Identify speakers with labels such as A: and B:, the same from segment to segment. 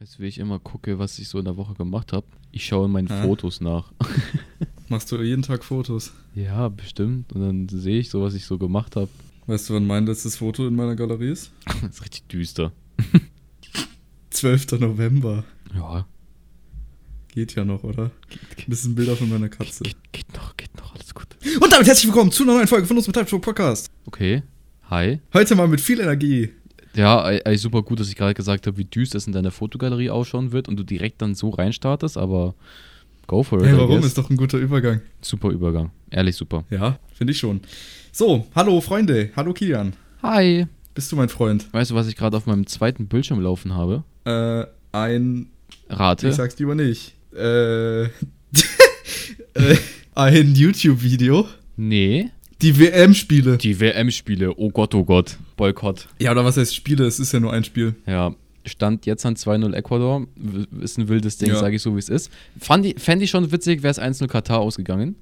A: Jetzt, wie ich immer gucke, was ich so in der Woche gemacht habe, ich schaue in meinen
B: Hä?
A: Fotos nach.
B: Machst du jeden Tag Fotos?
A: ja, bestimmt. Und dann sehe ich so, was ich so gemacht habe.
B: Weißt du, wann mein letztes Foto in meiner Galerie ist?
A: Das ist richtig düster.
B: 12. November.
A: Ja,
B: Geht ja noch, oder?
A: geht,
B: Ein bisschen Bilder von meiner Katze.
A: geht, geht noch, geht noch, alles gut.
B: Und damit herzlich willkommen zu einer neuen Folge von unserem Time Show Podcast.
A: Okay, hi.
B: Heute mal mit viel Energie.
A: Ja, ey, ey, super gut, dass ich gerade gesagt habe, wie düster es in deiner Fotogalerie ausschauen wird und du direkt dann so reinstartest, aber go for it.
B: Hey,
A: I
B: warum?
A: guess.
B: Ist doch ein guter Übergang.
A: Super Übergang. Ehrlich super.
B: Ja, finde ich schon. So, hallo Freunde. Hallo Kilian.
A: Hi.
B: Bist du mein Freund?
A: Weißt du, was ich gerade auf meinem zweiten Bildschirm laufen habe?
B: Äh, ein. Ich
A: Rate.
B: sag's lieber nicht. Äh. äh ein YouTube-Video.
A: Nee.
B: Die WM-Spiele.
A: Die WM-Spiele. Oh Gott, oh Gott. Boykott.
B: Ja, oder was heißt Spiele? Es ist ja nur ein Spiel.
A: Ja. Stand jetzt an 2-0 Ecuador. W- Ist ein wildes Ding,
B: Ja.
A: sage ich so, wie es ist. Fand ich, fänd ich schon witzig, wäre es 1-0 Katar ausgegangen.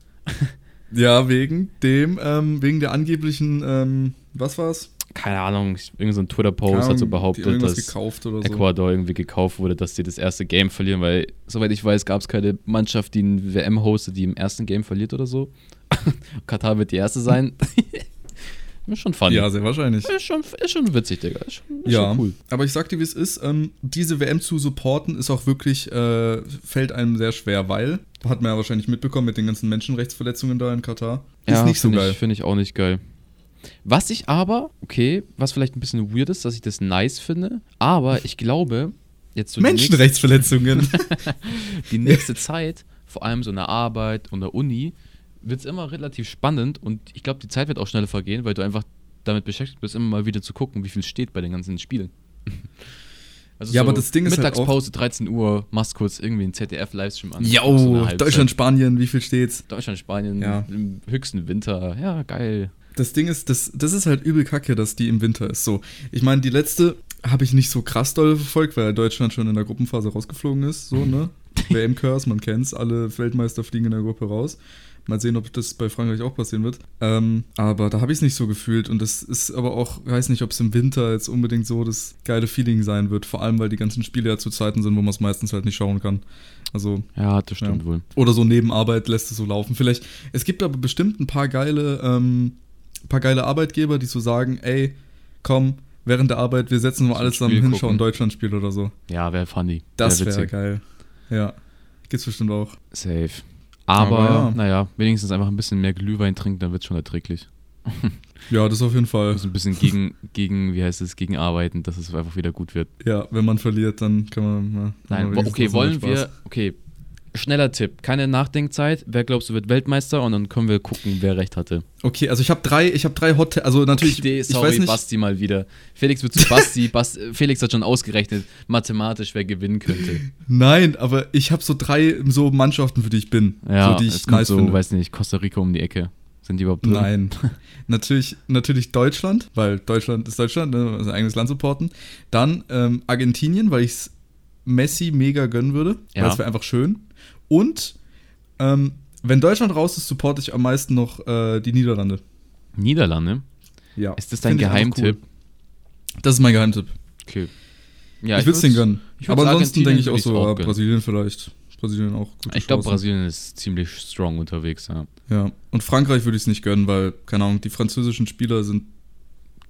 B: Ja, wegen dem, ähm, wegen der angeblichen, ähm, was war's?
A: Keine Ahnung. ich- Irgend so ein
B: Keine
A: Twitter-Post Oh, hat
B: Ahnung,
A: so
B: die
A: behauptet,
B: irgendwas
A: dass
B: gekauft oder so.
A: Ecuador irgendwie gekauft wurde, dass sie das erste Game verlieren, weil, soweit ich weiß, gab es keine Mannschaft, die ein WM hostet, die im ersten Game verliert oder so. Katar wird die erste sein. ist schon funny.
B: Ja, sehr wahrscheinlich.
A: Ist schon, ist schon witzig, Digga. Ist schon, ist
B: Ja,
A: schon cool.
B: aber ich sag dir, wie es ist, ähm, diese WM zu supporten ist auch wirklich, äh, fällt einem sehr schwer, weil, hat man ja wahrscheinlich mitbekommen mit den ganzen Menschenrechtsverletzungen da in Katar, ist nicht so
A: find
B: geil.
A: Ich, Finde ich auch nicht geil. Was ich aber, okay, was vielleicht ein bisschen weird ist, dass ich das nice finde, aber ich glaube, jetzt so die nächste,
B: Menschenrechtsverletzungen.
A: die nächste Zeit, vor allem so in der Arbeit und der Uni, wird es immer relativ spannend und ich glaube, die Zeit wird auch schneller vergehen, weil du einfach damit beschäftigt bist, immer mal wieder zu gucken, wie viel steht bei den ganzen Spielen. Also
B: Ja, aber das Ding ist halt auch-
A: Mittagspause, 13 Uhr, machst kurz irgendwie einen ZDF-Livestream an.
B: Yo,
A: So eine Halbzeit.
B: oh, Deutschland, Spanien, wie viel steht's?
A: Deutschland, Spanien,
B: Ja.
A: im höchsten Winter. Ja, geil.
B: Das Ding ist, das, das ist halt übel kacke, dass die im Winter ist. So, ich meine, die letzte habe ich nicht so krass doll verfolgt, weil Deutschland schon in der Gruppenphase rausgeflogen ist. So, ne? WM-Curse, man kennt's, alle Weltmeister fliegen in der Gruppe raus. Mal sehen, ob das bei Frankreich auch passieren wird. Ähm, aber da habe ich es nicht so gefühlt. Und das ist aber auch, weiß nicht, ob es im Winter jetzt unbedingt so das geile Feeling sein wird. Vor allem, weil die ganzen Spiele ja zu Zeiten sind, wo man es meistens halt nicht schauen kann. Also,
A: Ja, das stimmt wohl.
B: oder so Nebenarbeit lässt es so laufen. Vielleicht, es gibt aber bestimmt ein paar geile, ähm, paar geile Arbeitgeber, die so sagen, ey, komm, während der Arbeit, wir setzen mal alles
A: Spiel
B: zusammen hin,
A: gucken.
B: schauen Deutschlandspiel oder so.
A: Ja, wäre funny.
B: Das
A: Wär
B: wäre
A: witzig.
B: geil. Ja. Gibt's bestimmt auch.
A: Safe. Aber,
B: Aber ja.
A: naja, wenigstens einfach ein bisschen mehr Glühwein trinken, dann wird schon erträglich.
B: Ja, das auf jeden Fall.
A: Muss ein bisschen gegen, gegen, wie heißt es, gegenarbeiten, dass es einfach wieder gut wird.
B: Ja, wenn man verliert, dann kann man. Ja,
A: Nein,
B: man
A: wo-
B: wenigstens
A: okay,
B: so
A: wollen
B: Spaß.
A: wir, okay, schneller Tipp, keine Nachdenkzeit. Wer glaubst du wird Weltmeister? Und dann können wir gucken, wer recht hatte.
B: Okay, also ich habe drei, ich habe drei Hot, also natürlich,
A: Okay,
B: ich
A: sorry,
B: weiß nicht.
A: Basti mal wieder. Felix wird zu Basti. Bas, Felix hat schon ausgerechnet, mathematisch, wer gewinnen könnte.
B: Nein, aber ich habe so drei so Mannschaften, für die ich bin,
A: Ja,
B: so die
A: es
B: ich
A: kommt
B: nice
A: so,
B: finde.
A: weiß nicht, Costa Rica um die Ecke. Sind die überhaupt drin?
B: Nein. natürlich, natürlich Deutschland, weil Deutschland ist Deutschland, ne, also ein eigenes Land supporten. Dann ähm, Argentinien, weil ich es Messi mega gönnen würde,
A: Ja.
B: weil es wäre einfach schön. Und ähm, wenn Deutschland raus ist, supporte ich am meisten noch äh, die Niederlande.
A: Niederlande?
B: Ja.
A: Ist das dein
B: Find ich einfach
A: Geheimtipp?
B: Cool. Das ist mein Geheimtipp.
A: Okay. Ja,
B: ich würde es denen gönnen.
A: ich würd's
B: Aber ansonsten
A: Argentinien
B: denke ich
A: würd
B: auch
A: ich's
B: so,
A: auch
B: ja,
A: gönnen.
B: Brasilien vielleicht. Brasilien auch gut.
A: Ich glaube, Brasilien ist ziemlich strong unterwegs. Ja.
B: Ja. Und Frankreich würde ich es nicht gönnen, weil, keine Ahnung, die französischen Spieler sind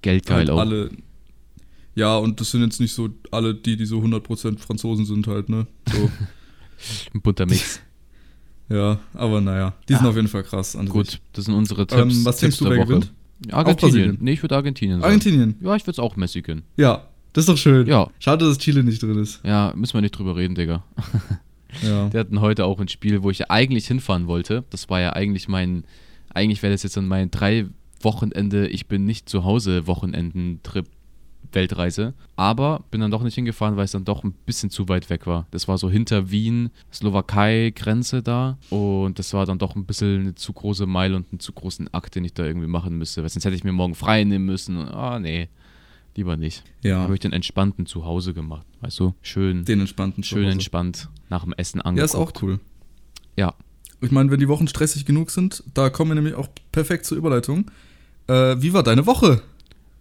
A: Geldgeil
B: halt
A: auch.
B: alle. Ja, und das sind jetzt nicht so alle die, die so 100% Franzosen sind halt, ne? So.
A: Ein bunter Mix.
B: ja, aber naja. Die sind
A: Ah.
B: auf jeden Fall krass. an sich.
A: Gut, das sind unsere Tipps.
B: Ähm, was
A: Tipps
B: denkst du, wer gewinnt?
A: Argentinien.
B: Brasilien.
A: Nee, ich würde Argentinien sagen.
B: Argentinien.
A: Ja, ich würde es auch Messi gönnen.
B: Ja, das ist doch schön.
A: Ja.
B: Schade, dass Chile nicht drin ist.
A: Ja, müssen wir nicht drüber reden, Digga.
B: Ja.
A: Wir hatten heute auch ein Spiel, wo ich ja eigentlich hinfahren wollte. Das war ja eigentlich mein, eigentlich wäre das jetzt dann mein drei Wochenende, ich bin nicht zu Hause Wochenenden-Trip, Weltreise. Aber bin dann doch nicht hingefahren, weil es dann doch ein bisschen zu weit weg war. Das war so hinter Wien, Slowakei, Grenze da. Und das war dann doch ein bisschen eine zu große Meile und einen zu großen Akt, den ich da irgendwie machen müsste. Weil sonst hätte ich mir morgen frei nehmen müssen. Und, Ah, nee, lieber nicht.
B: Ja,
A: Habe ich den entspannten zu Hause gemacht, weißt du? Schön,
B: den entspannten zu
A: schön
B: Hause.
A: entspannt nach dem Essen angeguckt.
B: Ja, ist auch cool.
A: Ja.
B: Ich meine, wenn die Wochen stressig genug sind, da kommen wir nämlich auch perfekt zur Überleitung. Äh, wie war deine Woche?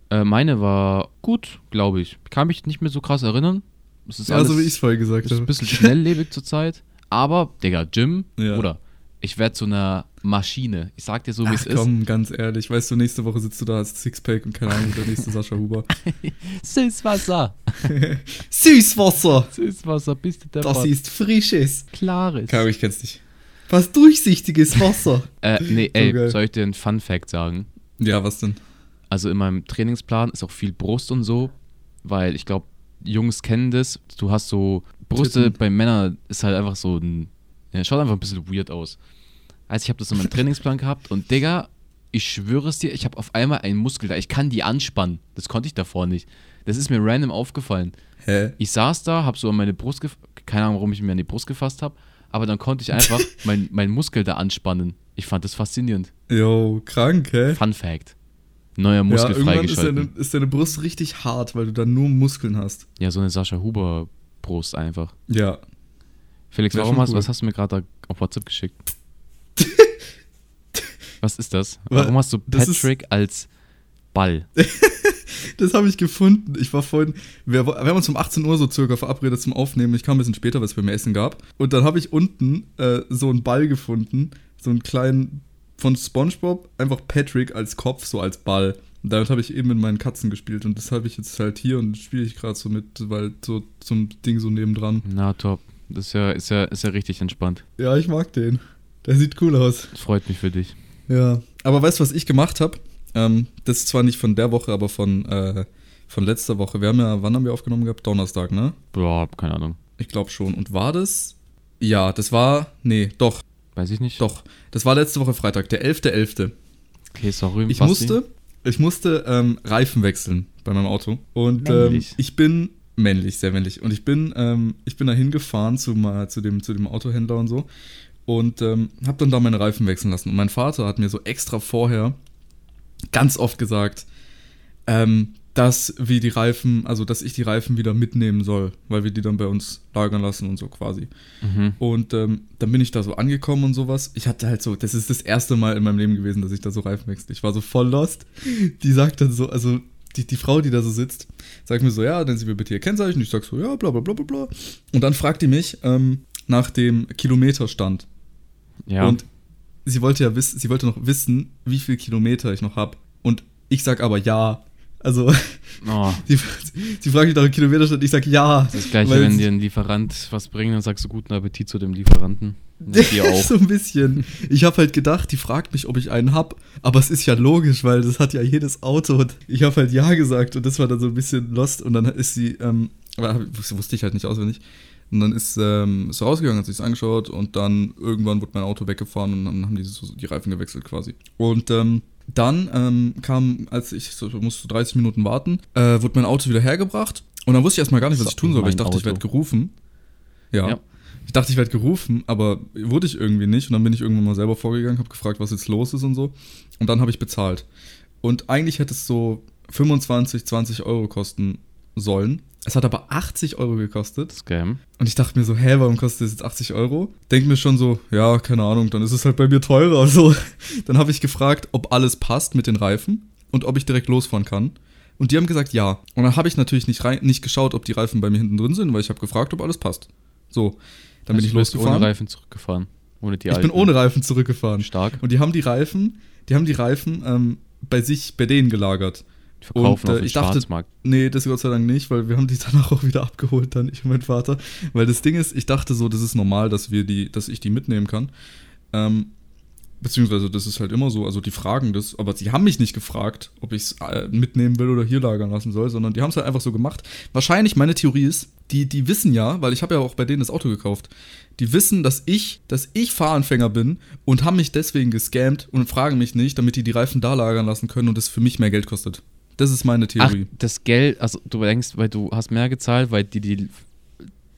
A: Äh, meine war gut, glaube ich. Kann mich nicht mehr so krass erinnern. Es ist
B: Ja,
A: alles
B: so wie ich es vorher gesagt
A: ist ein
B: habe.
A: bisschen schnelllebig zurzeit. Aber, Digga, Jim,
B: Ja.
A: oder ich werde zu einer Maschine. Ich sag dir so, wie es
B: Ach
A: ist.
B: komm, ganz ehrlich. Weißt du, nächste Woche sitzt du da, hast Sixpack und keine Ahnung, der nächste Sascha Huber.
A: Süßwasser.
B: Süßwasser!
A: Süßwasser, bist du der
B: ist frisches.
A: Klares.
B: Keine Ahnung, ich kenn's nicht. Was durchsichtiges Wasser.
A: Äh, nee,
B: So
A: ey,
B: geil.
A: soll ich dir einen Fun Fact sagen?
B: ja, was denn?
A: Also in meinem Trainingsplan ist auch viel Brust und so, weil ich glaube, Jungs kennen das. Du hast so Brüste
B: Titten.
A: bei Männern ist halt einfach so ein. Ja, schaut einfach ein bisschen weird aus. Also ich habe das in meinem Trainingsplan gehabt und Digga, ich schwöre es dir, ich habe auf einmal einen Muskel da. Ich kann die anspannen. Das konnte ich davor nicht. Das ist mir random aufgefallen.
B: Hä?
A: Ich saß da, habe so an meine Brust gef keine Ahnung, warum ich mir an die Brust gefasst habe, aber dann konnte ich einfach meinen mein Muskel da anspannen. Ich fand das faszinierend.
B: Jo, krank, hä?
A: Fun Fact. Neuer
B: Ja,
A: Muskel
B: irgendwann ist
A: freigeschaltet.
B: deine, ist deine Brust richtig hart, weil du dann nur Muskeln hast.
A: Ja, so eine Sascha Huber Brust einfach.
B: Ja.
A: Felix,
B: Wär
A: warum
B: schon
A: hast,
B: cool.
A: was hast du mir gerade da auf WhatsApp geschickt? was ist das?
B: Wa-
A: Warum hast du
B: das ist-
A: Patrick als Ball?
B: Das habe ich gefunden. Ich war vorhin, wir, wir haben uns um 18 Uhr so circa verabredet zum Aufnehmen. Ich kam ein bisschen später, weil es bei mir Essen gab. Und dann habe ich unten äh, so einen Ball gefunden, so einen kleinen von SpongeBob, einfach Patrick als Kopf, so als Ball. Und damit habe ich eben mit meinen Katzen gespielt und das habe ich jetzt halt hier und spiele ich gerade so mit, weil so zum Ding so nebendran.
A: Na top. Das ist ja, ist ja, ist ja richtig entspannt.
B: Ja, ich mag den. Der sieht cool aus.
A: Das freut mich für dich.
B: Ja. Aber weißt du, was ich gemacht habe? Ähm, das ist zwar nicht von der Woche, aber von, äh, von letzter Woche. Wir haben ja, wann haben wir aufgenommen gehabt? Donnerstag, ne?
A: Boah, keine Ahnung.
B: Ich glaube schon. Und war das? Ja, das war. Nee, doch,
A: Weiß ich nicht.
B: doch. Das war letzte Woche Freitag, der 11.11.
A: Okay, sorry.
B: Ich
A: Basti.
B: musste, ich musste ähm, Reifen wechseln bei meinem Auto. Und ähm,
A: Männlich.
B: ich bin männlich, sehr männlich. Und ich bin, ähm, ich bin da hingefahren zu, ma- zu, dem, zu dem Autohändler und so. Und ähm, habe dann da meine Reifen wechseln lassen. Und mein Vater hat mir so extra vorher ganz oft gesagt, ähm, dass wir die Reifen, also dass ich die Reifen wieder mitnehmen soll, weil wir die dann bei uns lagern lassen und so quasi.
A: Mhm.
B: Und ähm, dann bin ich da so angekommen und sowas. Ich hatte halt so, das ist das erste Mal in meinem Leben gewesen, dass ich da so Reifen wechsle. Ich war so voll lost. Die sagt dann so, also die, die Frau, die da so sitzt, sagt mir so, ja, dann sind wir bitte ihr Kennzeichen. Ich sag so, ja, bla bla bla bla bla. Und dann fragt die mich ähm, nach dem Kilometerstand.
A: Ja.
B: Und sie wollte ja wissen, sie wollte noch wissen, wie viel Kilometer ich noch hab. Und ich sag aber ja. Also,
A: oh,
B: sie, sie fragt mich nach dem Kilometerstand, ich sag ja.
A: das gleiche,
B: Weil
A: wenn
B: sie-
A: dir ein Lieferant was bringt, dann sagst du guten Appetit zu dem Lieferanten. Ja, dir auch.
B: so ein bisschen. Ich habe halt gedacht, die fragt mich, ob ich einen hab, aber es ist ja logisch, weil das hat ja jedes Auto und ich habe halt ja gesagt und das war dann so ein bisschen lost und dann ist sie, ähm, aber hab- das wusste ich halt nicht auswendig. Und dann ist ähm, ist rausgegangen, hat sich angeschaut und dann irgendwann wurde mein Auto weggefahren und dann haben die so die Reifen gewechselt quasi. Und ähm, dann ähm, kam, als ich so, musste 30 Minuten warten, äh, wurde mein Auto wieder hergebracht und dann wusste ich erstmal gar nicht, was
A: So,
B: ich tun soll, weil ich
A: mein
B: dachte, ich werde
A: Auto.
B: gerufen. Ja.
A: Ja.
B: Ich dachte, ich werde gerufen, aber wurde ich irgendwie nicht. Und dann bin ich irgendwann mal selber vorgegangen, habe gefragt, was jetzt los ist und so. Und dann habe ich bezahlt. Und eigentlich hätte es so 25, 20 Euro kosten sollen. Es hat aber 80 Euro gekostet.
A: Das ist geil.
B: Und ich dachte mir so, hä, warum kostet das jetzt 80 Euro? Denk mir schon so, ja, keine Ahnung, dann ist es halt bei mir teurer. So. Dann habe ich gefragt, ob alles passt mit den Reifen und ob ich direkt losfahren kann. Und die haben gesagt, ja. Und dann habe ich natürlich nicht, rein, nicht geschaut, ob die Reifen bei mir hinten drin sind, weil ich habe gefragt, ob alles passt. So, dann bin
A: Also
B: ich
A: du bist
B: losgefahren.
A: Ohne Reifen zurückgefahren. Ohne die
B: ich bin
A: alten.
B: ohne Reifen zurückgefahren.
A: Stark.
B: Und die haben die Reifen, die haben die Reifen ähm, bei sich, bei denen gelagert.
A: Die verkaufen
B: Und,
A: auf
B: äh,
A: dem
B: ich dachte-
A: Schwarzmarkt.
B: Nee, das Gott sei Dank nicht, weil wir haben die danach auch wieder abgeholt, dann ich und mein Vater. Weil das Ding ist, ich dachte so, das ist normal, dass wir die, dass ich die mitnehmen kann. Ähm, beziehungsweise das ist halt immer so, also die fragen das, aber sie haben mich nicht gefragt, ob ich es äh, mitnehmen will oder hier lagern lassen soll, sondern die haben es halt einfach so gemacht. Wahrscheinlich, meine Theorie ist, die, die wissen ja, weil ich habe ja auch bei denen das Auto gekauft, die wissen, dass ich, dass ich Fahranfänger bin und haben mich deswegen gescammt und fragen mich nicht, damit die die Reifen da lagern lassen können und das für mich mehr Geld kostet. Das ist meine
A: Ach,
B: Theorie.
A: das Geld, also du denkst, weil du hast mehr gezahlt, weil die die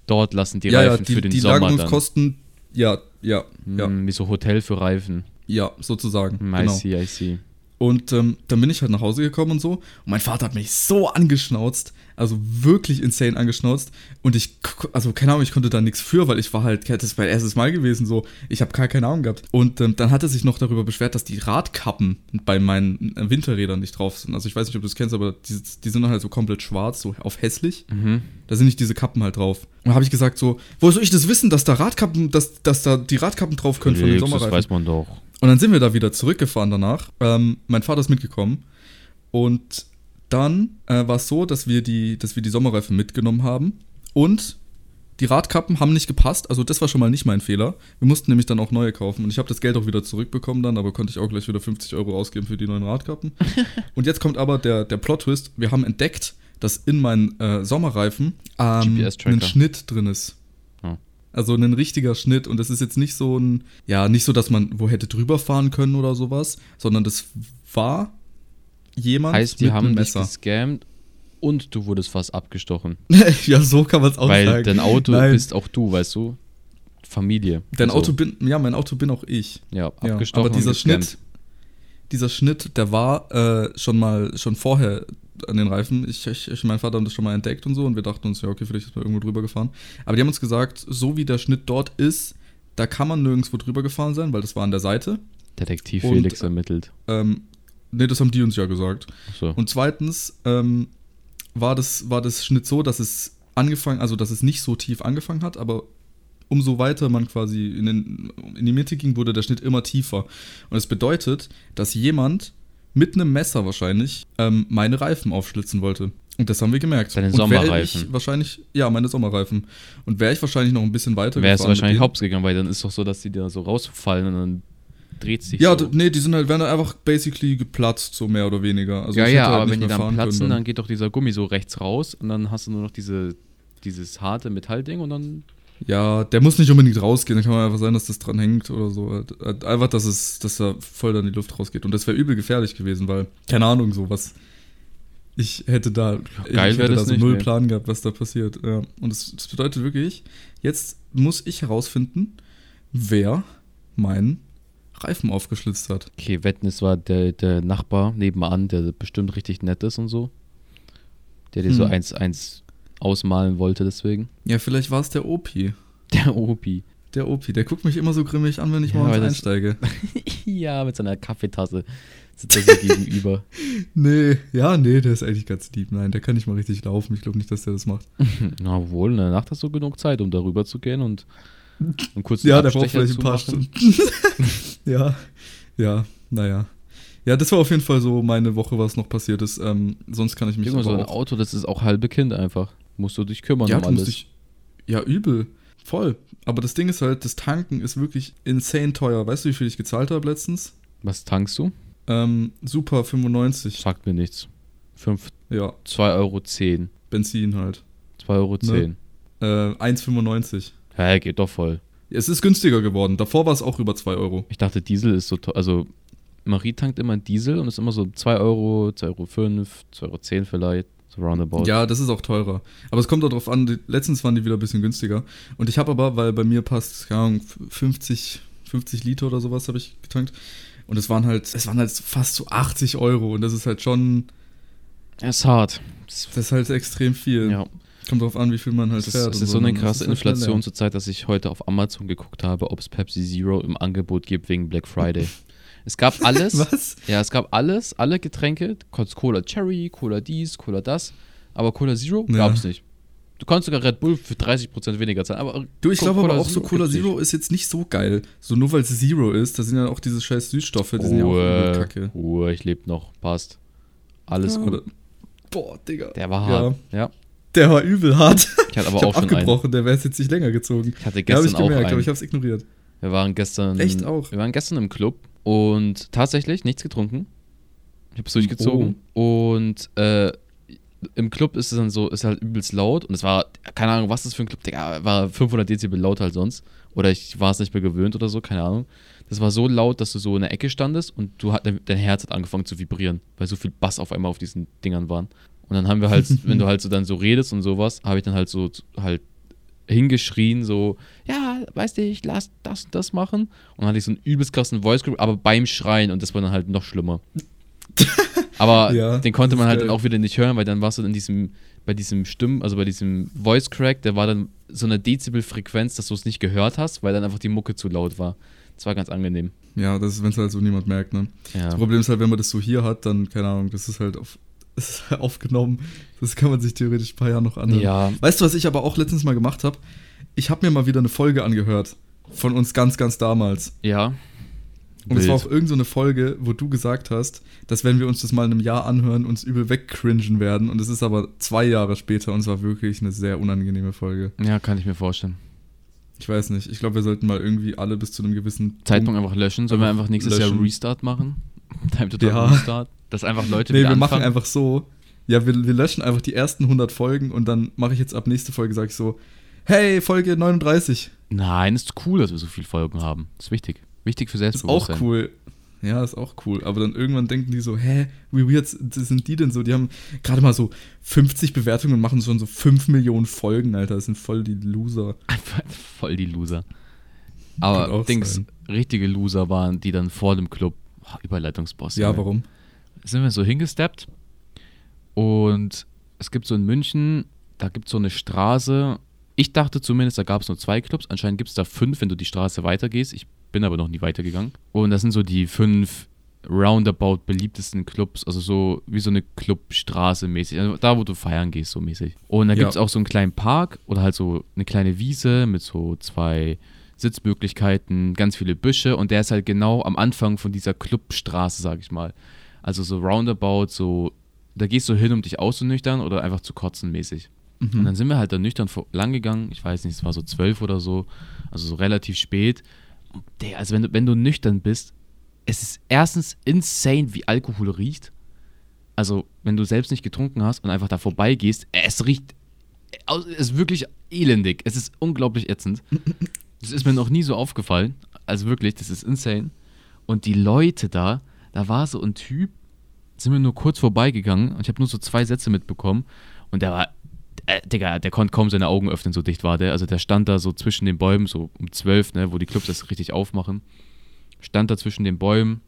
A: dort lassen die
B: ja,
A: Reifen
B: ja, die,
A: für den
B: die
A: Sommer dann.
B: Lagerungskosten, ja, ja, ja,
A: Hm, Wie so Hotel für Reifen.
B: ja, sozusagen.
A: Hm, I
B: genau.
A: see, I see.
B: Und ähm, dann bin ich halt nach Hause gekommen und so. Und mein Vater hat mich so angeschnauzt, also wirklich insane angeschnauzt. Und ich, k- also keine Ahnung, ich konnte da nichts für, weil ich war halt, das war mein erstes Mal gewesen, so. Ich habe gar keine Ahnung gehabt. Und ähm, dann hat er sich noch darüber beschwert, dass die Radkappen bei meinen äh, Winterrädern nicht drauf sind. Also ich weiß nicht, ob du es kennst, aber die, die sind halt so komplett schwarz, so auf hässlich.
A: Mhm.
B: Da sind nicht diese Kappen halt drauf. Und habe ich gesagt so, woher soll ich das wissen, dass da Radkappen, dass, dass da die Radkappen drauf können von den
A: Nix, das
B: Sommerreifen?
A: weiß man doch.
B: Und dann sind wir da wieder zurückgefahren danach. Ähm, mein Vater ist mitgekommen. Und dann äh, war es so, dass wir, die, dass wir die Sommerreifen mitgenommen haben. Und die Radkappen haben nicht gepasst. Also das war schon mal nicht mein Fehler. Wir mussten nämlich dann auch neue kaufen. Und ich habe das Geld auch wieder zurückbekommen dann, aber konnte ich auch gleich wieder 50 Euro ausgeben für die neuen Radkappen. und jetzt kommt aber der, der Plot-Twist. Wir haben entdeckt, dass in meinen äh, Sommerreifen ähm,
A: GPS-Tracker.
B: ein Schnitt drin ist.
A: Ja.
B: Also ein richtiger Schnitt und das ist jetzt nicht so ein, ja, nicht so, dass man wo hätte drüber fahren können oder sowas, sondern das war jemand
A: Heißt, die haben
B: einem
A: dich gescammt und du wurdest fast abgestochen.
B: ja, so kann man es auch
A: weil
B: sagen.
A: dein Auto
B: Nein,
A: bist auch du, weißt du? Familie.
B: dein
A: So.
B: Auto bin, ja, mein Auto bin auch ich.
A: Ja,
B: Ja,
A: abgestochen.
B: aber dieser
A: und gescammt.
B: Schnitt, dieser Schnitt, der war äh, schon mal, schon vorher an den Reifen. Ich, ich, ich, mein Vater hat das schon mal entdeckt und so und wir dachten uns, ja, okay, vielleicht ist man irgendwo drüber gefahren. Aber die haben uns gesagt, so wie der Schnitt dort ist, da kann man nirgendwo drüber gefahren sein, weil das war an der Seite.
A: Detektiv
B: Und-
A: Felix ermittelt.
B: Ähm, nee, das haben die uns ja gesagt.
A: Ach So.
B: Und zweitens ähm, war, das, war das Schnitt so, dass es angefangen, also dass es nicht so tief angefangen hat, aber umso weiter man quasi in, den, in die Mitte ging, wurde der Schnitt immer tiefer. Und das bedeutet, dass jemand mit einem Messer wahrscheinlich ähm, meine Reifen aufschlitzen wollte. Und das haben wir gemerkt.
A: Deine
B: Und wäre
A: Sommerreifen.
B: Ich wahrscheinlich, ja, meine Sommerreifen. Und wäre ich wahrscheinlich noch ein bisschen weiter
A: Wärst du
B: gefahren mit
A: wahrscheinlich
B: denen-
A: hops gegangen, weil dann ist doch so, dass die da so rausfallen und dann dreht sich
B: Ja,
A: so.
B: d- nee, die sind halt, werden halt einfach basically geplatzt, so mehr oder weniger. Also
A: ja,
B: ich
A: ja,
B: hätte halt
A: aber
B: nicht
A: wenn die
B: mehr
A: dann
B: fahren können
A: platzen, dann geht doch dieser Gummi so rechts raus und dann hast du nur noch diese, dieses harte Metallding und dann.
B: Ja, der muss nicht unbedingt rausgehen, dann kann man einfach sein, dass das dran hängt oder so. Äh, Einfach, dass es, dass da voll dann die Luft rausgeht. Und das wäre übel gefährlich gewesen, weil, keine Ahnung, sowas. Ich hätte da,
A: geil
B: ich
A: wär
B: hätte da
A: das
B: so
A: nicht,
B: null
A: nee.
B: Plan gehabt, was da passiert. Ja. Und das, das bedeutet wirklich, jetzt muss ich herausfinden, wer meinen Reifen aufgeschlitzt hat.
A: Okay, Wetten, es war der, der Nachbar nebenan, der bestimmt richtig nett ist und so. Der dir so
B: Hm.
A: eins, eins ausmalen wollte, deswegen.
B: Ja, vielleicht war es der Opi.
A: Der Opi.
B: Der Opi, der guckt mich immer so grimmig an, wenn ich
A: Ja,
B: morgens
A: weil das-
B: einsteige.
A: ja, mit seiner Kaffeetasse sitzt er so gegenüber.
B: nee, ja, nee, der ist eigentlich ganz lieb. Nein, der kann nicht mal richtig laufen. Ich glaube nicht, dass der das macht.
A: Na wohl, in der Nacht hast du genug Zeit, um darüber zu gehen und, und kurz
B: Ja, der braucht vielleicht ein paar Stunden. ja, ja, naja. Ja, das war auf jeden Fall so meine Woche, was noch passiert ist. Ähm, sonst kann ich mich
A: Junge, so ein
B: aber auch,
A: Auto, das ist auch halbe Kind einfach. Musst du dich kümmern
B: ja,
A: um
B: du musst
A: alles.
B: dich, ja, übel. Voll. Aber das Ding ist halt, das Tanken ist wirklich insane teuer. Weißt du, wie viel ich gezahlt habe letztens?
A: Was tankst du?
B: Ähm, super 95.
A: Sagt mir nichts. 5,
B: Ja,
A: 2,10 Euro. 2,10
B: Benzin halt.
A: Euro. Ne?
B: Äh, 1,95.
A: Hä, geht doch voll.
B: Es ist günstiger geworden. Davor war es auch über 2 Euro.
A: Ich dachte, Diesel ist so teuer. Also, Marie tankt immer Diesel und ist immer so 2 Euro, 2,05 Euro, 2,10 Euro vielleicht. So roundabout.
B: Ja, das ist auch teurer. Aber es kommt darauf an, die, letztens waren die wieder ein bisschen günstiger. Und ich habe aber, weil bei mir passt, keine Ahnung, 50, 50 Liter oder sowas habe ich getankt. Und es waren halt, es waren halt fast so 80 Euro. Und das ist halt schon,
A: Ist hart. Das,
B: das ist halt extrem viel.
A: ja.
B: Kommt darauf an, wie viel man halt
A: Das ist,
B: fährt.
A: das
B: und
A: ist so eine
B: Und das
A: krasse
B: ist halt schnell
A: Inflation zurzeit, dass ich heute auf Amazon geguckt habe, ob es Pepsi Zero im Angebot gibt wegen Black Friday. es gab
B: leer.
A: alles.
B: Was?
A: ja, es gab alles, alle Getränke. Kurz Cola Cherry, Cola dies, Cola das. Aber Cola Zero
B: Ja.
A: gab es nicht. Du kannst sogar Red Bull für 30% weniger zahlen. Aber
B: Du, ich
A: Co-
B: glaube aber auch so Cola
A: gibt's nicht.
B: Zero ist jetzt nicht so geil. So nur weil es Zero ist, da sind ja auch diese scheiß Süßstoffe, die sind ja auch
A: Ruhe,
B: übel kacke.
A: Ruhe, ich lebe noch. Passt. äh, Alles gut.
B: Oder- Boah, Digga.
A: Der war
B: Ja.
A: hart. Ja.
B: Der war übel hart.
A: Ich hatte aber
B: ich
A: auch
B: habe
A: schon einen.
B: abgebrochen, der wäre jetzt nicht länger gezogen.
A: Ich hatte
B: Ja, habe
A: gestern
B: ich gemerkt,
A: auch einen.
B: aber ich habe es ignoriert.
A: Wir waren gestern.
B: Echt auch?
A: Wir waren gestern im Club und tatsächlich nichts getrunken. Ich hab's durchgezogen.
B: Oh.
A: Und äh, im Club ist es dann so, ist halt übelst laut. Und es war, keine Ahnung, was das für ein Club, Digga, war 500 Dezibel lauter als sonst. Oder ich war es nicht mehr gewöhnt oder so, keine Ahnung. Das war so laut, dass du so in der Ecke standest und du hat, dein Herz hat angefangen zu vibrieren, weil so viel Bass auf einmal auf diesen Dingern waren. Und dann haben wir halt, wenn du halt so dann so redest und sowas, habe ich dann halt so halt hingeschrien, so, ja, weißt du, ich lass das und das machen. Und dann hatte ich so einen übelst krassen Voice Group, aber beim Schreien und das war dann halt noch schlimmer. Aber
B: Ja,
A: den konnte
B: das
A: man
B: ist
A: halt
B: geil.
A: dann auch wieder nicht hören, weil dann warst du in diesem, bei diesem Stimmen, also bei diesem Voice Crack, der war dann so eine Dezibel-Frequenz, dass du es nicht gehört hast, weil dann einfach die Mucke zu laut war. Das war ganz angenehm.
B: Ja, das ist, wenn es halt so niemand merkt, ne?
A: Ja.
B: Das Problem ist halt, wenn man das so hier hat, dann, keine Ahnung, das ist halt auf, das ist halt aufgenommen. Das kann man sich theoretisch ein paar Jahre noch anhören.
A: Ja.
B: Weißt du, was ich aber auch letztens mal gemacht habe? Ich habe mir mal wieder eine Folge angehört. Von uns ganz, ganz damals.
A: Ja.
B: Und es war auch
A: Wild.
B: irgend so eine Folge, wo du gesagt hast, dass wenn wir uns das mal in einem Jahr anhören, uns übel wegcringen werden. Und es ist aber zwei Jahre später und es war wirklich eine sehr unangenehme Folge.
A: ja, kann ich mir vorstellen.
B: Ich weiß nicht. Ich glaube, wir sollten mal irgendwie alle bis zu einem gewissen
A: Zeitpunkt einfach löschen. Sollen wir
B: Einfach
A: einfach nächstes
B: löschen.
A: Jahr Restart machen? Time to Time
B: Ja.
A: Restart. Dass einfach Leute
B: Nee,
A: wieder
B: wir machen
A: anfangen.
B: einfach so. Ja, wir, wir löschen einfach die ersten 100 Folgen und dann mache ich jetzt ab nächste Folge, sage ich so, hey, Folge 39.
A: Nein, ist cool, dass wir so viele Folgen haben. Ist wichtig. Wichtig für
B: Ist auch
A: Selbstbewusstsein.
B: cool. Ja, ist auch cool. Aber dann irgendwann denken die so, hä, wie weird sind die denn so? Die haben gerade mal so 50 Bewertungen und machen schon so 5 Millionen Folgen, Alter. Das sind voll die Loser.
A: Einfach voll die Loser.
B: Kann auch
A: Aber Dings,
B: sein.
A: richtige Loser waren, die dann vor dem Club. Ah, Überleitungsboss.
B: Ja,
A: Junge.
B: warum?
A: Sind wir so hingesteppt und es gibt so in München, da gibt es so eine Straße. Ich dachte zumindest, da gab es nur zwei Clubs. Anscheinend gibt es da fünf, wenn du die Straße weitergehst. Ich bin aber noch nie weitergegangen. Und das sind so die fünf roundabout beliebtesten Clubs. Also so wie so eine Clubstraße mäßig. Also da, wo du feiern gehst, so mäßig. Und da
B: Ja.
A: gibt es auch so einen kleinen Park oder halt so eine kleine Wiese mit so zwei Sitzmöglichkeiten, ganz viele Büsche. Und der ist halt genau am Anfang von dieser Clubstraße, sag ich mal. Also so roundabout, so da gehst du hin, um dich auszunüchtern oder einfach zu kotzen mäßig. Und dann sind wir halt da nüchtern vor- lang gegangen. Ich weiß nicht, es war so zwölf oder so, also so relativ spät. Und der, also wenn du, wenn du nüchtern bist, es ist erstens insane, wie Alkohol riecht. Also, wenn du selbst nicht getrunken hast und einfach da vorbeigehst, es riecht, aus- es ist wirklich elendig. Es ist unglaublich ätzend. Das ist mir noch nie so aufgefallen. Also wirklich, das ist insane. Und die Leute da, da war so ein Typ, sind wir nur kurz vorbeigegangen und ich habe nur so zwei Sätze mitbekommen und der war, äh, Digga, der konnte kaum seine Augen öffnen, so dicht war der. Also der stand da so zwischen den Bäumen, so um zwölf, ne, wo die Clubs das richtig aufmachen. Stand da zwischen den Bäumen,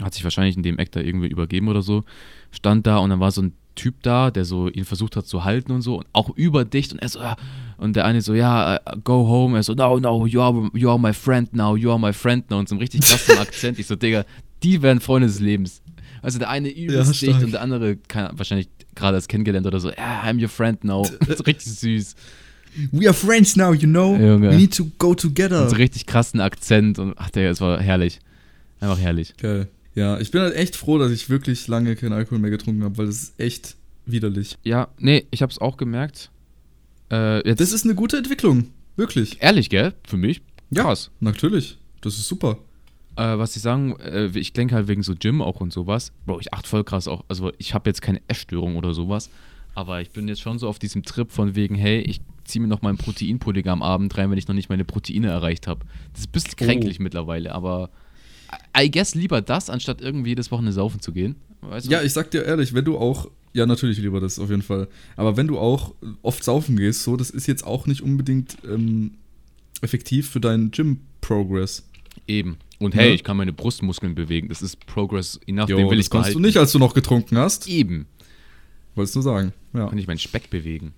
A: hat sich wahrscheinlich in dem Eck da irgendwie übergeben oder so. Stand da und dann war so ein Typ da, der so ihn versucht hat zu halten und so und auch überdicht und er so, ah, und der eine so, ja, äh, go home. Er so, no, no, you are, you are my friend now, you are my friend now. Und so einem richtig krassen Akzent. Ich so, Digga, die werden Freunde des Lebens. Also der eine übelst
B: stark.
A: dicht und der andere kann, wahrscheinlich gerade erst kennengelernt oder so, ja, I'm your friend now. Das ist richtig süß.
B: We are friends now, you know?
A: Junge.
B: We need to go
A: Und so
B: together.
A: richtig krassen Akzent und ach, Digga, es war herrlich. Einfach herrlich.
B: Geil. Ja, ich bin halt echt froh, dass ich wirklich lange keinen Alkohol mehr getrunken habe, weil das ist echt widerlich.
A: Ja, nee, ich hab's auch gemerkt. Äh, jetzt
B: Das ist eine gute Entwicklung. Wirklich.
A: ehrlich, gell? Für mich.
B: Ja.
A: Krass.
B: Natürlich. Das ist super.
A: Äh, was ich sagen, äh, ich denke halt wegen so Gym auch und sowas. Bro, ich achte voll krass auch. Also ich habe jetzt keine Essstörung oder sowas. Aber ich bin jetzt schon so auf diesem Trip von wegen, hey, ich ziehe mir noch meinen Proteinpudding am Abend rein, wenn ich noch nicht meine Proteine erreicht habe. Das ist ein
B: Oh.
A: bisschen kränklich mittlerweile, aber I I guess lieber das, anstatt irgendwie jedes Wochenende saufen zu gehen. Weißt du?
B: Ja, ich sag dir ehrlich, wenn du auch, ja natürlich lieber das auf jeden Fall, aber wenn du auch oft saufen gehst, so, das ist jetzt auch nicht unbedingt ähm, effektiv für deinen Gym-Progress.
A: Eben. Und hey,
B: Ja.
A: ich kann meine Brustmuskeln bewegen. Das ist Progress enough,
B: Jo,
A: den will
B: das
A: ich
B: konntest
A: behalten.
B: du nicht, als du noch getrunken hast.
A: Eben.
B: Wolltest du sagen, ja.
A: Kann ich meinen Speck bewegen.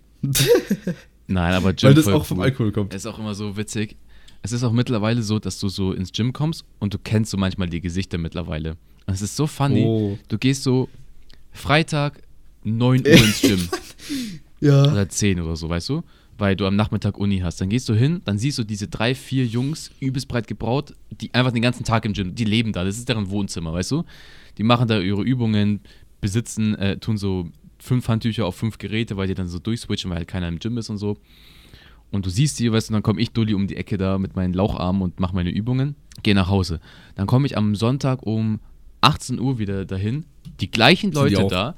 A: Nein, aber Gym
B: Weil das
A: voll
B: auch vom
A: cool.
B: Alkohol kommt.
A: Es ist auch immer so witzig. Es ist auch mittlerweile so, dass du so ins Gym kommst und du kennst so manchmal die Gesichter mittlerweile. Und es ist so funny.
B: Oh.
A: Du gehst so Freitag 9 Uhr ins Gym
B: Ja.
A: oder 10 oder so, weißt du? Weil du am Nachmittag Uni hast. Dann gehst du hin, dann siehst du diese drei, vier Jungs, übelst breit gebraut, die einfach den ganzen Tag im Gym, die leben da, das ist deren Wohnzimmer, weißt du? Die machen da ihre Übungen, besitzen, äh, tun so fünf Handtücher auf fünf Geräte, weil die dann so durchswitchen, weil halt keiner im Gym ist und so. Und du siehst die, weißt du, dann komme ich Dulli um die Ecke da mit meinen Laucharmen und mache meine Übungen, gehe nach Hause. Dann komme ich am Sonntag um 18 Uhr wieder dahin, die gleichen
B: Sind die
A: Leute
B: auch?
A: da,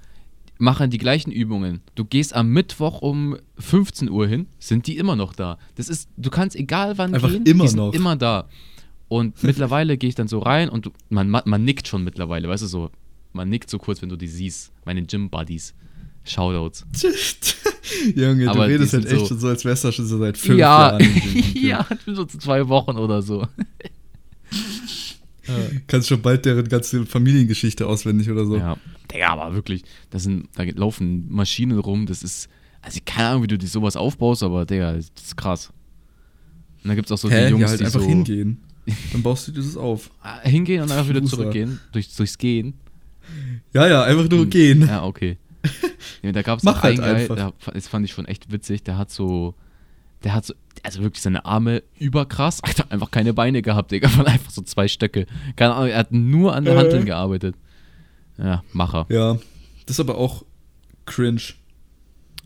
A: machen die gleichen Übungen. Du gehst am Mittwoch um 15 Uhr hin, sind die immer noch da. Das ist, du kannst egal wann
B: Einfach
A: gehen,
B: immer
A: die sind
B: noch.
A: immer da. Und mittlerweile gehe ich dann so rein und du, man, man, man nickt schon mittlerweile, weißt du so, man nickt so kurz, wenn du die siehst, meine Gym Buddies. Shoutouts.
B: Junge,
A: Aber
B: du
A: die
B: redest
A: sind
B: halt echt
A: so-
B: schon so, als wärst du schon so seit fünf
A: ja,
B: Jahren. im Gym.
A: ja, ich bin so zu zwei Wochen oder so.
B: Kannst schon bald deren ganze Familiengeschichte auswendig oder so.
A: Ja. Digga, aber wirklich, das sind, da laufen Maschinen rum, das ist, also keine Ahnung, wie du dir sowas aufbaust, aber Digga, das ist krass. Und da gibt es auch so
B: Hä?
A: die Jungs,
B: ja, halt
A: die
B: einfach
A: so
B: hingehen. Dann baust du dieses auf.
A: Ah, hingehen und einfach wieder
B: Loser.
A: zurückgehen, durch, durchs Gehen.
B: Ja, ja, einfach nur gehen.
A: Hm. Ja, okay. Ja, da gab es
B: Mach
A: auch
B: halt
A: einen Guy,
B: einfach.
A: da, fa- das fand ich schon echt witzig, der hat so, der hat so, also wirklich seine Arme überkrass, hat er einfach keine Beine gehabt, Digga, von einfach so zwei Stöcke. Keine Ahnung, er hat nur an der
B: Äh.
A: Hanteln gearbeitet. Ja, Macher.
B: Ja. Das ist aber auch cringe.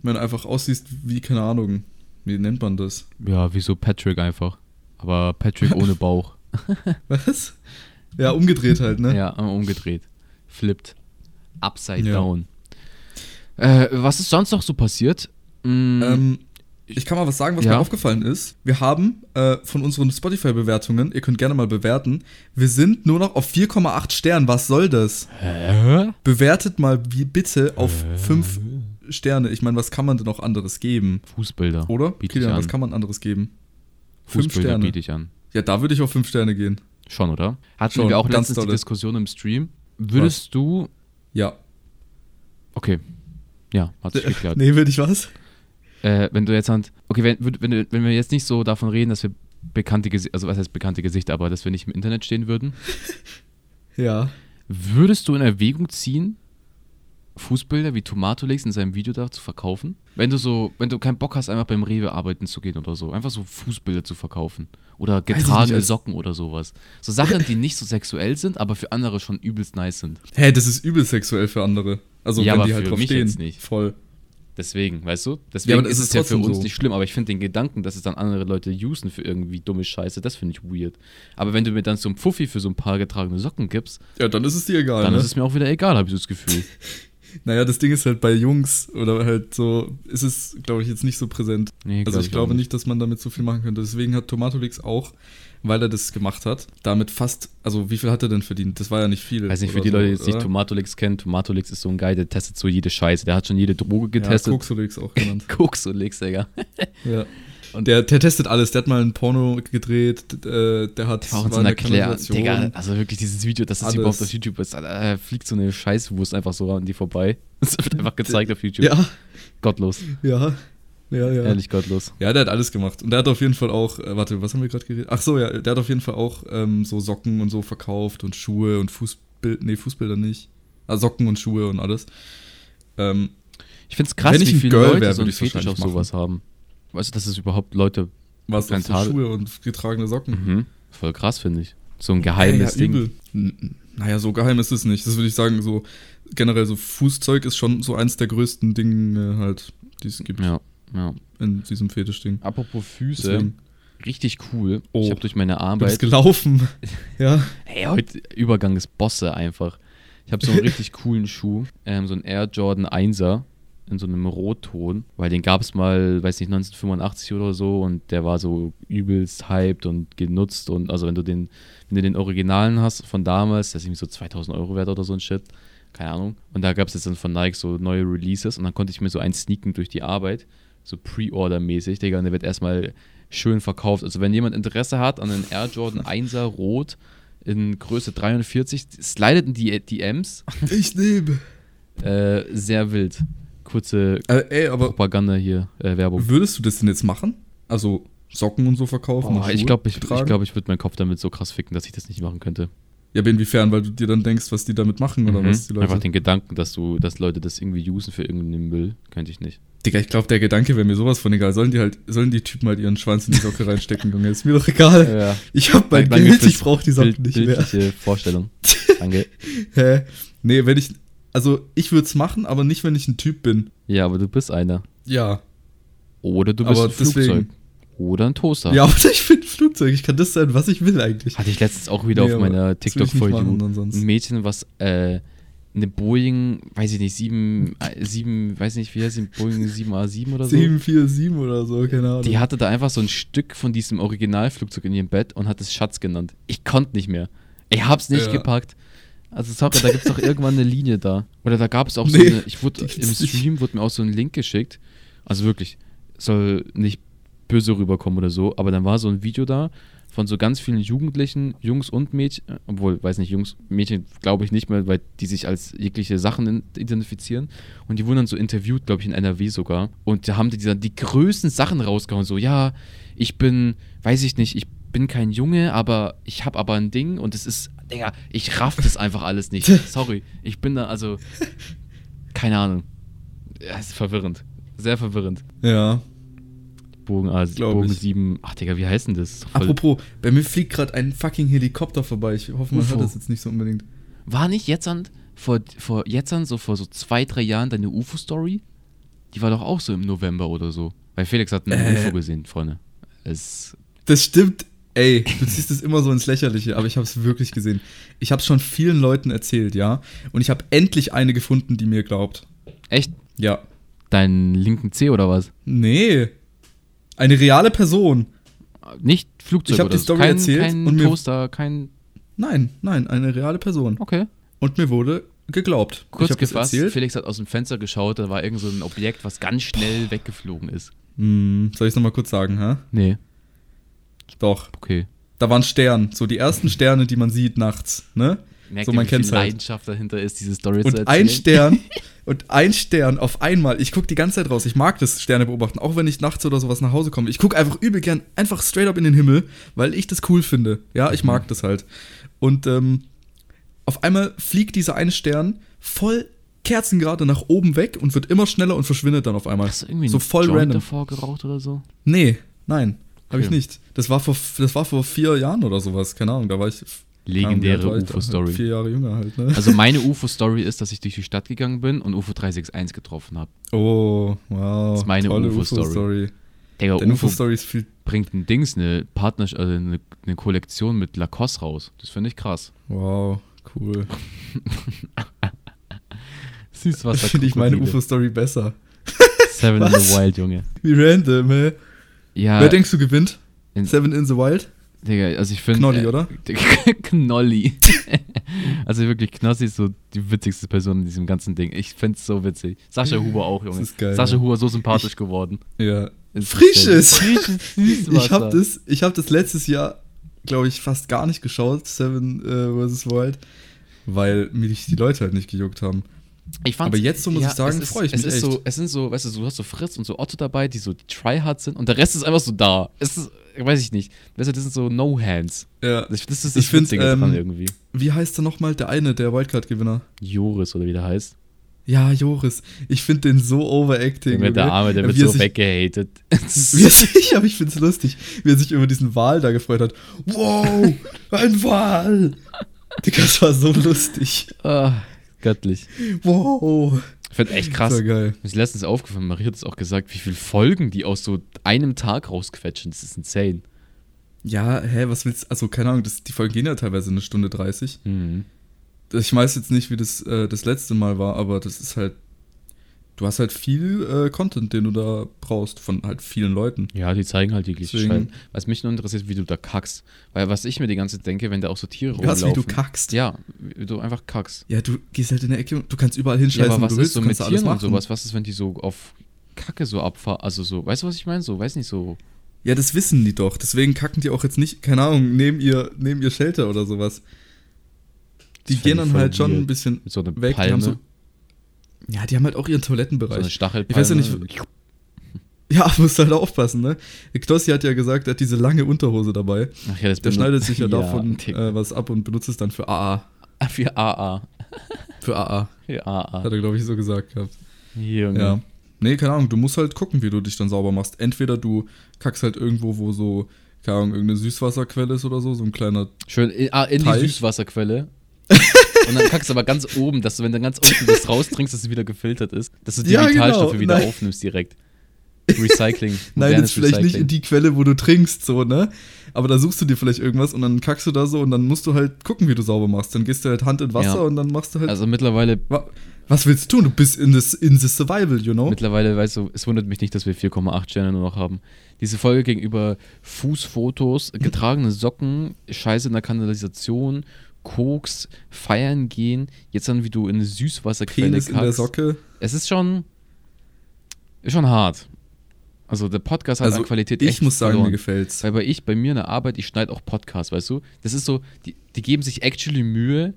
B: Wenn du einfach aussiehst wie, keine Ahnung, wie nennt man das?
A: Ja, wie so Patrick einfach. Aber Patrick ohne Bauch.
B: Was? Ja, umgedreht halt, ne?
A: Ja, umgedreht. Flippt. Upside
B: Ja.
A: down. Äh, was ist sonst noch so passiert? Mm,
B: Ähm, ich kann mal was sagen, was
A: Ja.
B: mir aufgefallen ist. Wir haben äh, von unseren Spotify-Bewertungen, ihr könnt gerne mal bewerten, wir sind nur noch auf 4,8 Sternen. Was soll das?
A: hä?
B: Bewertet mal wie bitte auf 5 Sterne. Ich meine, was kann man denn noch anderes geben?
A: Fußbilder.
B: Oder?
A: Biete ich
B: Kilian,
A: an.
B: was kann man anderes geben? 5
A: Fußbilder
B: Sterne.
A: biete ich an.
B: Ja, da würde ich auf 5 Sterne gehen.
A: Schon, oder? Hatten
B: Schon,
A: wir auch
B: ganz
A: letztens die
B: dolle.
A: Diskussion im Stream. Würdest du.
B: Ja.
A: Okay. Ja, hat sich geklärt.
B: Äh, Nee, würde ich was?
A: Äh, wenn du jetzt an. Okay, wenn, würd- wenn, du- wenn wir jetzt nicht so davon reden, dass wir bekannte Gesichter, also was heißt bekannte Gesichter, aber dass wir nicht im Internet stehen würden,
B: Ja.
A: Würdest du in Erwägung ziehen, Fußbilder wie Tomatolix in seinem Video da zu verkaufen? Wenn du so, wenn du keinen Bock hast, einfach beim Rewe arbeiten zu gehen oder so, einfach so Fußbilder zu verkaufen oder
B: ich nicht, also
A: getragene
B: als-
A: Socken oder sowas. So Sachen, die nicht so sexuell sind, aber für andere schon übelst nice sind.
B: Hä, das ist übel sexuell für andere. Also,
A: Ja,
B: wenn
A: aber
B: die halt
A: für
B: drauf
A: mich
B: stehen.
A: jetzt nicht.
B: Voll.
A: Deswegen, weißt du? Deswegen
B: das
A: ist
B: ist
A: es ja für
B: trotzdem
A: uns
B: so.
A: nicht schlimm, aber ich finde den Gedanken, dass es dann andere Leute usen für irgendwie dumme Scheiße, das finde ich weird. Aber wenn du mir dann so ein Pfuffi für so ein paar getragene Socken gibst,
B: Ja, dann ist es dir egal.
A: dann
B: ne?
A: ist es mir auch wieder egal, habe ich so das Gefühl.
B: Naja, das Ding ist halt bei Jungs oder halt so, ist es, glaube ich, jetzt nicht so präsent.
A: Nee,
B: also
A: glaub
B: ich
A: auch
B: glaube nicht, dass man damit so viel machen könnte. Deswegen hat Tomatolix auch, weil er das gemacht hat, damit fast, also wie viel hat er denn verdient? Das war ja nicht viel.
A: Weiß nicht, für
B: oder
A: die
B: so,
A: Leute, die jetzt nicht
B: oder?
A: Tomatolix kennen, Tomatolix ist so ein Guy, der testet so jede Scheiße. Der hat schon jede Droge
B: Ja,
A: getestet.
B: Koxolix auch genannt.
A: Koxolix, Digga.
B: ja.
A: Und-
B: Und der, der testet alles. Der hat mal ein Porno gedreht, äh, der hat
A: Auch in so
B: war in
A: einer
B: der
A: Klär.
B: Kanalisation.
A: Digga, also wirklich dieses Video, dass das
B: Alles.
A: überhaupt auf YouTube ist. Alter, Da fliegt so eine Scheißwurst einfach so an die vorbei. Das wird einfach gezeigt auf YouTube.
B: Ja,
A: Gottlos.
B: ja, ja, ja.
A: Ehrlich gottlos.
B: Ja, der hat alles gemacht. Und der hat auf jeden Fall auch, äh, warte, was haben wir gerade geredet? Ach so, ja, der hat auf jeden Fall auch ähm, so Socken und so verkauft und Schuhe und Fußbild, nee, Fußbilder nicht. Ah, Socken und Schuhe und alles. Ähm,
A: Ich find's krass,
B: Wenn ich
A: wie
B: ein
A: viele
B: Girl
A: Leute
B: wär,
A: so
B: würd
A: einen
B: ich's
A: Fetisch auf
B: wahrscheinlich
A: sowas haben. Weißt du, dass es überhaupt Leute.
B: was auf so
A: Mental-
B: Schuhe und getragene Socken.
A: Mhm. Voll krass, finde ich. So ein geheimes
B: ja,
A: Ding.
B: ja, übel. N- n- Naja, so geheim ist es nicht. Das würde ich sagen, so generell so Fußzeug ist schon so eins der größten Dinge halt, die es gibt
A: Ja, ja.
B: in diesem Fetischding.
A: Apropos Füße.
B: Deswegen,
A: Richtig cool.
B: Oh.
A: Ich habe durch meine
B: du bist
A: Arbeit
B: gelaufen. ja.
A: Hey, heute Übergang ist Bosse einfach. Ich habe so einen richtig coolen Schuh, ähm, so einen Air Jordan 1er in so einem Rotton, weil den gab es mal, weiß nicht, 1985 oder so und der war so übelst hyped und genutzt und also wenn du den, wenn du den Originalen hast von damals, der ist irgendwie so 2000 Euro wert oder so ein Shit, keine Ahnung. Und da gab es jetzt dann von Nike so neue Releases und dann konnte ich mir so einen sneaken durch die Arbeit, so Pre-Order-mäßig, Digga, und der wird erstmal schön verkauft. Also wenn jemand Interesse hat an einen Air Jordan 1er Rot in Größe 43, slidet in die DMs,
B: Ich nehme.
A: äh, sehr wild. Kurze
B: Äh, ey, aber
A: Propaganda hier, äh, Werbung.
B: Würdest du das denn jetzt machen? Also Socken und so verkaufen? und
A: Boah, ich
B: Schuhe
A: glaube, ich, ich,
B: tragen?
A: glaub, ich würde meinen Kopf damit so krass ficken, dass ich das nicht machen könnte.
B: Ja, aber inwiefern, weil du dir dann denkst, was die damit machen oder
A: Mhm.
B: was die Leute.
A: Einfach den Gedanken, dass du, dass Leute das irgendwie usen für irgendeinen Müll, könnte ich nicht.
B: Digga, ich glaube, der Gedanke wäre mir sowas von egal. Sollen die halt, sollen die Typen halt ihren Schwanz in die Socke reinstecken, Junge? Ist mir doch egal.
A: Ja.
B: Ich hab Äh, mein
A: Danke
B: Geld,
A: fürs
B: ich brauch die Socken
A: Bild,
B: nicht mehr.
A: bildliche Vorstellung. Danke.
B: Hä? Nee, wenn ich. Also ich würde es machen, aber nicht, wenn ich ein Typ bin.
A: Ja, aber du bist einer.
B: Ja.
A: Oder du bist
B: Aber
A: ein Flugzeug.
B: deswegen-
A: Oder ein Toaster.
B: Ja, aber ich bin ein Flugzeug. Ich kann das sein, was ich will eigentlich.
A: Hatte ich letztens auch wieder
B: Nee,
A: auf
B: aber
A: meiner Mhm.
B: das will ich nicht
A: TikTok-For You.
B: machen, ansonsten.
A: ein Mädchen, was äh, eine Boeing, weiß ich nicht, 7, äh, 7, weiß nicht, wie heißt die, Boeing 7A7 oder so.
B: 747 oder so, keine Ahnung.
A: Die hatte da einfach so ein Stück von diesem Originalflugzeug in ihrem Bett und hat es Schatz genannt. Ich konnte nicht mehr. Ich hab's nicht
B: Ja.
A: gepackt. Also sorry, da gibt's doch irgendwann eine Linie da. Oder da gab es auch so
B: Nee,
A: eine, ich wurde
B: die
A: im
B: gibt's nicht.
A: Stream wurde mir auch so ein Link geschickt. Also wirklich, soll nicht böse rüberkommen oder so, aber dann war so ein Video da von so ganz vielen Jugendlichen, Jungs und Mädchen, äh, obwohl, weiß nicht, Jungs, Mädchen glaube ich nicht mehr, weil die sich als jegliche Sachen in, identifizieren. Und die wurden dann so interviewt, glaube ich, in NRW sogar. Und da haben die dann die größten Sachen rausgehauen, so, ja, ich bin, weiß ich nicht, ich bin kein Junge, aber ich habe aber ein Ding und es ist, Digga, ich raff das einfach alles nicht. Sorry, ich bin da, also, keine Ahnung. Ja, es ist verwirrend. Sehr verwirrend.
B: Ja.
A: Bogen, A,
B: Glaub
A: Bogen
B: ich.
A: 7. Ach, Digga, wie heißt denn das? Ist doch voll-
B: Apropos, bei mir fliegt gerade ein fucking Helikopter vorbei. Ich hoffe, man
A: UFO.
B: hört das jetzt nicht so unbedingt.
A: War nicht jetzt an, vor, vor jetzt an, so vor so zwei, drei Jahren deine UFO-Story? Die war doch auch so im November oder so. Weil Felix hat einen
B: Äh.
A: UFO gesehen, Freunde. Es,
B: Das stimmt. Ey, du ziehst es immer so ins Lächerliche, aber ich habe es wirklich gesehen. Ich habe es schon vielen Leuten erzählt, ja. Und ich habe endlich eine gefunden, die mir glaubt.
A: echt?
B: Ja.
A: Deinen linken C oder was?
B: Nee. Eine reale Person.
A: Nicht Flugzeug
B: Ich hab
A: oder
B: die
A: so.
B: Story
A: kein,
B: erzählt
A: Kein
B: und mir-
A: Toaster, kein.
B: Nein, nein, eine reale Person.
A: Okay.
B: Und mir wurde geglaubt.
A: Kurz
B: ich hab das
A: gefasst,
B: Erzählt.
A: Felix hat aus dem Fenster geschaut, da war irgend so ein Objekt, was ganz schnell weggeflogen ist.
B: Hm, soll ich es nochmal kurz sagen, hä?
A: Nee,
B: Doch.
A: okay.
B: Da waren Sterne, so die ersten Sterne, die man sieht nachts, ne?
A: Merkt
B: so
A: ihr,
B: man
A: wie viel
B: kennt's halt.
A: Leidenschaft dahinter ist, diese Story zu
B: Und
A: erzählen?
B: ein Stern und ein Stern auf einmal. Ich gucke die ganze Zeit raus. Ich mag das Sterne beobachten, auch wenn ich nachts oder sowas nach Hause komme. Ich gucke einfach übel gern einfach straight up in den Himmel, weil ich das cool finde. Ja, ich
A: Mhm.
B: mag das halt. Und ähm, auf einmal fliegt dieser eine Stern voll kerzengerade nach oben weg und wird immer schneller und verschwindet dann auf einmal.
A: Hast du irgendwie
B: so
A: einen
B: voll
A: Joint
B: random.
A: davor geraucht oder so?
B: Nee, nein, habe ich
A: Okay.
B: nicht. Das war vor das war vor vier Jahren oder sowas. Keine Ahnung, da war ich
A: Legendäre
B: keine Ahnung, da war ich
A: UFO-Story.
B: Vier Jahre jünger halt. Ne?
A: Also meine UFO-Story ist, dass ich durch die Stadt gegangen bin und UFO 361 getroffen habe.
B: Oh, wow.
A: Das ist meine
B: tolle
A: UFO-Story.
B: UFO-Story.
A: Digga,
B: Deine
A: UFO,
B: UFO-Story ist viel.
A: bringt ein Dings, eine Partnerschaft, also eine, eine Kollektion mit Lacoste raus. Das finde ich krass.
B: Wow, cool.
A: Süß was
B: Finde ich meine UFO-Story besser.
A: Seven in the
B: Was?
A: Wild, Junge.
B: Wie random, hä?
A: Ja,
B: Wer denkst du gewinnt?
A: Ah. in-
B: Seven in the Wild?
A: Digga, also ich finde.
B: Knolli, oder?
A: Knolli. also wirklich, Knossi ist so die witzigste Person in diesem ganzen Ding. Ich finde es so witzig. Sascha Huber auch, Junge.
B: ist geil,
A: Sascha
B: ja.
A: Huber so sympathisch geworden.
B: Ja.
A: Ist
B: Frisches!
A: Frisches Süßwasser.
B: Ich habe das, ich hab das letztes Jahr, glaube ich, fast gar nicht geschaut, Seven äh, vs. Wild, weil mir die die Leute halt nicht gejuckt haben.
A: Ich fand's-
B: Aber jetzt, so muss ich sagen,
A: es ist-
B: freu ich
A: es
B: mich
A: Ist
B: echt.
A: So, es sind so, weißt du, du hast so Fritz und so Otto dabei, die so die Tryhards sind und der Rest ist einfach so da. Es ist, weiß ich nicht. Weißt du, das sind so No-Hands.
B: Ja.
A: Das, das ist das
B: Ich find,
A: Witzige
B: ähm,
A: dran irgendwie.
B: Äh, Wie heißt der nochmal, der eine, der Wildcard-Gewinner?
A: Joris oder wie der heißt.
B: Ja, Joris. Ich finde den so overacting.
A: Mit der
B: Junge.
A: Arme, der wird
B: Wie er
A: so
B: sich-
A: weggehatet.
B: Wie er sich, aber ich find's lustig, wie er sich über diesen Wal da gefreut hat. Wow, ein Wal! Digga, das war so lustig.
A: ah, göttlich.
B: Wow.
A: Ich find echt
B: Das
A: krass.
B: war geil.
A: Mir ist letztens aufgefallen, Marie hat es auch gesagt, wie viele Folgen die aus so einem Tag rausquetschen. Das ist insane.
B: Ja, hä, was willst Also, keine Ahnung, das, die Folgen gehen ja teilweise eine Stunde 30.
A: Mhm.
B: Ich weiß jetzt nicht, wie das äh, das letzte Mal war, aber das ist halt. Du hast halt viel äh, Content, den du da brauchst, von halt vielen Leuten.
A: Ja, die zeigen halt jegliche
B: Deswegen-
A: Scheiben. Was mich nur interessiert, wie du da kackst. Weil was ich mir die ganze Zeit denke, wenn da auch so Tiere
B: Was, wie du
A: rumlaufen.
B: kackst.
A: Ja, wie du einfach kackst.
B: Ja, du gehst halt in der Ecke und du kannst überall hinscheißen,
A: ja, aber
B: wo
A: was
B: du
A: ist
B: willst.
A: so
B: du
A: mit
B: kannst da alles
A: Tieren und
B: machen.
A: sowas? Was ist, wenn die so auf Kacke so abfahren? Also so, weißt du, was ich meine? So, weiß nicht, so.
B: Ja, das wissen die doch. Deswegen kacken die auch jetzt nicht, keine Ahnung, nehmen ihr, nehmen ihr Shelter oder sowas. Die
A: Das fänd
B: gehen
A: ich
B: dann
A: voll
B: halt schon
A: weird.
B: ein bisschen
A: Mit so einer
B: weg. Die
A: Palme,
B: haben
A: so,
B: so, ja, die haben halt auch ihren
A: eine
B: Toilettenbereich.
A: Stachelpalme.
B: Ich weiß ja nicht, ja, musst halt aufpassen, ne? Knossi hat ja gesagt, er hat diese lange Unterhose dabei.
A: Ach ja, das
B: Der
A: benut-
B: schneidet sich ja, davon
A: Digga.
B: äh, was ab und benutzt es dann für AA.
A: Ah, Für AA.
B: Für AA,
A: Für AA.
B: hat er, glaube ich, so gesagt gehabt.
A: Junge.
B: Ja. Nee, keine Ahnung, du musst halt gucken, wie du dich dann sauber machst. Entweder du kackst halt irgendwo, wo so, keine Ahnung, irgendeine Süßwasserquelle ist oder so, so ein kleiner
A: Schön in, ah, in die
B: Teich.
A: Süßwasserquelle. Und dann kackst du aber ganz oben, dass du, wenn du ganz unten das raustrinkst, dass es wieder gefiltert ist, dass du die
B: Ja,
A: Vitalstoffe
B: genau.
A: wieder
B: Nein.
A: aufnimmst direkt. Recycling.
B: Nein,
A: modernes
B: jetzt vielleicht nicht in
A: Recycling.
B: die Quelle, wo du trinkst, so, ne? Aber da suchst du dir vielleicht irgendwas und dann kackst du da so und dann musst du halt gucken, wie du sauber machst. Dann gehst du halt Hand in Wasser
A: Ja.
B: und dann machst du halt.
A: Also mittlerweile
B: wa was willst du tun? Du bist in this, in this survival, you know?
A: Mittlerweile, weißt du, es wundert mich nicht, dass wir 4,8 Sterne nur noch haben. Diese Folge ging über Fußfotos,
B: Hm?
A: getragene Socken, Scheiße in der Kanalisation, Koks, Feiern gehen, jetzt dann, wie du in eine Süßwasserquelle
B: Penis in der
A: kackst.
B: Socke.
A: Es ist schon, ist schon hart. Also der Podcast hat
B: Also
A: an Qualität
B: ich
A: echt
B: muss sagen, mir
A: verloren. Halt.
B: gefällt's.
A: Weil bei ich, bei mir in der Arbeit, ich schneide auch Podcasts, weißt du? Das ist so, die, die geben sich actually Mühe,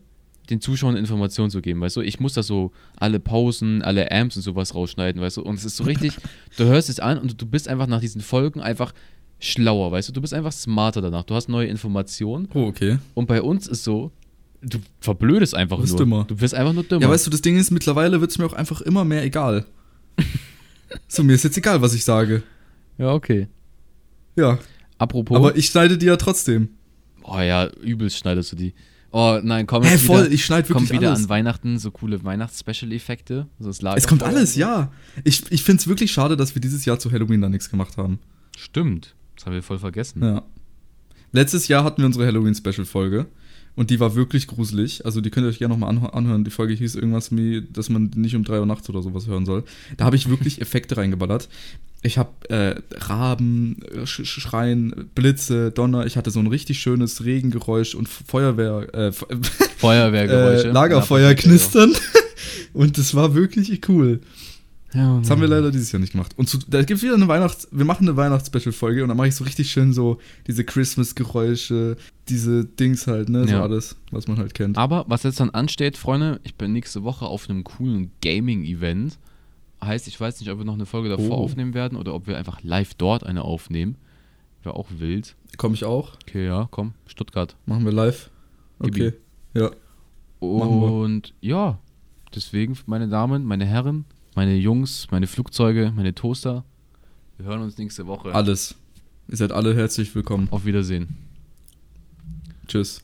A: den Zuschauern Informationen zu geben, weißt du? Ich muss da so alle Pausen, alle Amps und sowas rausschneiden, weißt du? Und es ist so richtig, du hörst es an und du bist einfach nach diesen Folgen einfach schlauer, weißt du? Du bist einfach smarter danach. Du hast neue Informationen.
B: Oh, okay.
A: Und bei uns ist so, du verblödest einfach
B: Du bist
A: nur.
B: dümmer.
A: Du wirst einfach nur dümmer.
B: Ja, weißt du, das Ding ist, mittlerweile wird's mir auch einfach immer mehr egal. so, mir ist jetzt egal, was ich sage.
A: ja okay.
B: Ja,
A: Apropos,
B: aber ich schneide die ja trotzdem.
A: oh ja, übelst schneidest du die. Oh nein, komm
B: Hä,
A: jetzt
B: voll,
A: wieder.
B: ich schneide
A: kommt
B: wirklich
A: wieder
B: alles.
A: an Weihnachten so coole Weihnachts-Special-Effekte. So das
B: es kommt alles, ja. Ich, ich find's wirklich schade, dass wir dieses Jahr zu Halloween da nichts gemacht haben.
A: Stimmt. Das haben wir voll vergessen.
B: Ja. Letztes Jahr hatten wir unsere Halloween-Special-Folge und die war wirklich gruselig. Also die könnt ihr euch gerne nochmal anhö- anhören. Die Folge hieß irgendwas wie, dass man nicht um 3 Uhr nachts oder sowas hören soll. Da habe ich wirklich Effekte reingeballert. Ich habe äh, Raben, äh, Sch Sch- Schreien, Blitze, Donner. Ich hatte so ein richtig schönes Regengeräusch und F- Feuerwehr, äh, F-
A: Feuerwehrgeräusche.
B: äh, Lagerfeuer knistern. und das war wirklich cool.
A: Ja,
B: Das haben wir leider dieses Jahr nicht gemacht. Und zu, da gibt wieder eine Weihnachts-, wir machen eine Weihnachts-Special-Folge und dann mache ich so richtig schön so diese Christmas-Geräusche, diese Dings halt, ne, so
A: Ja. Ah.
B: alles, was man halt kennt.
A: Aber was jetzt dann ansteht, Freunde, ich bin nächste Woche auf einem coolen Gaming-Event. Heißt, ich weiß nicht, ob wir noch eine Folge davor
B: Oh.
A: aufnehmen werden oder ob wir einfach live dort eine aufnehmen. Wäre auch wild.
B: Komme ich auch?
A: Okay, ja, komm, Stuttgart.
B: Machen wir live.
A: Gibi.
B: Okay. Ja. wir.
A: Und ja, deswegen, meine Damen, meine Herren, meine Jungs, meine Flugzeuge, meine Toaster, wir hören uns nächste Woche.
B: Alles. Ihr seid alle herzlich willkommen.
A: Auf Wiedersehen.
B: Tschüss.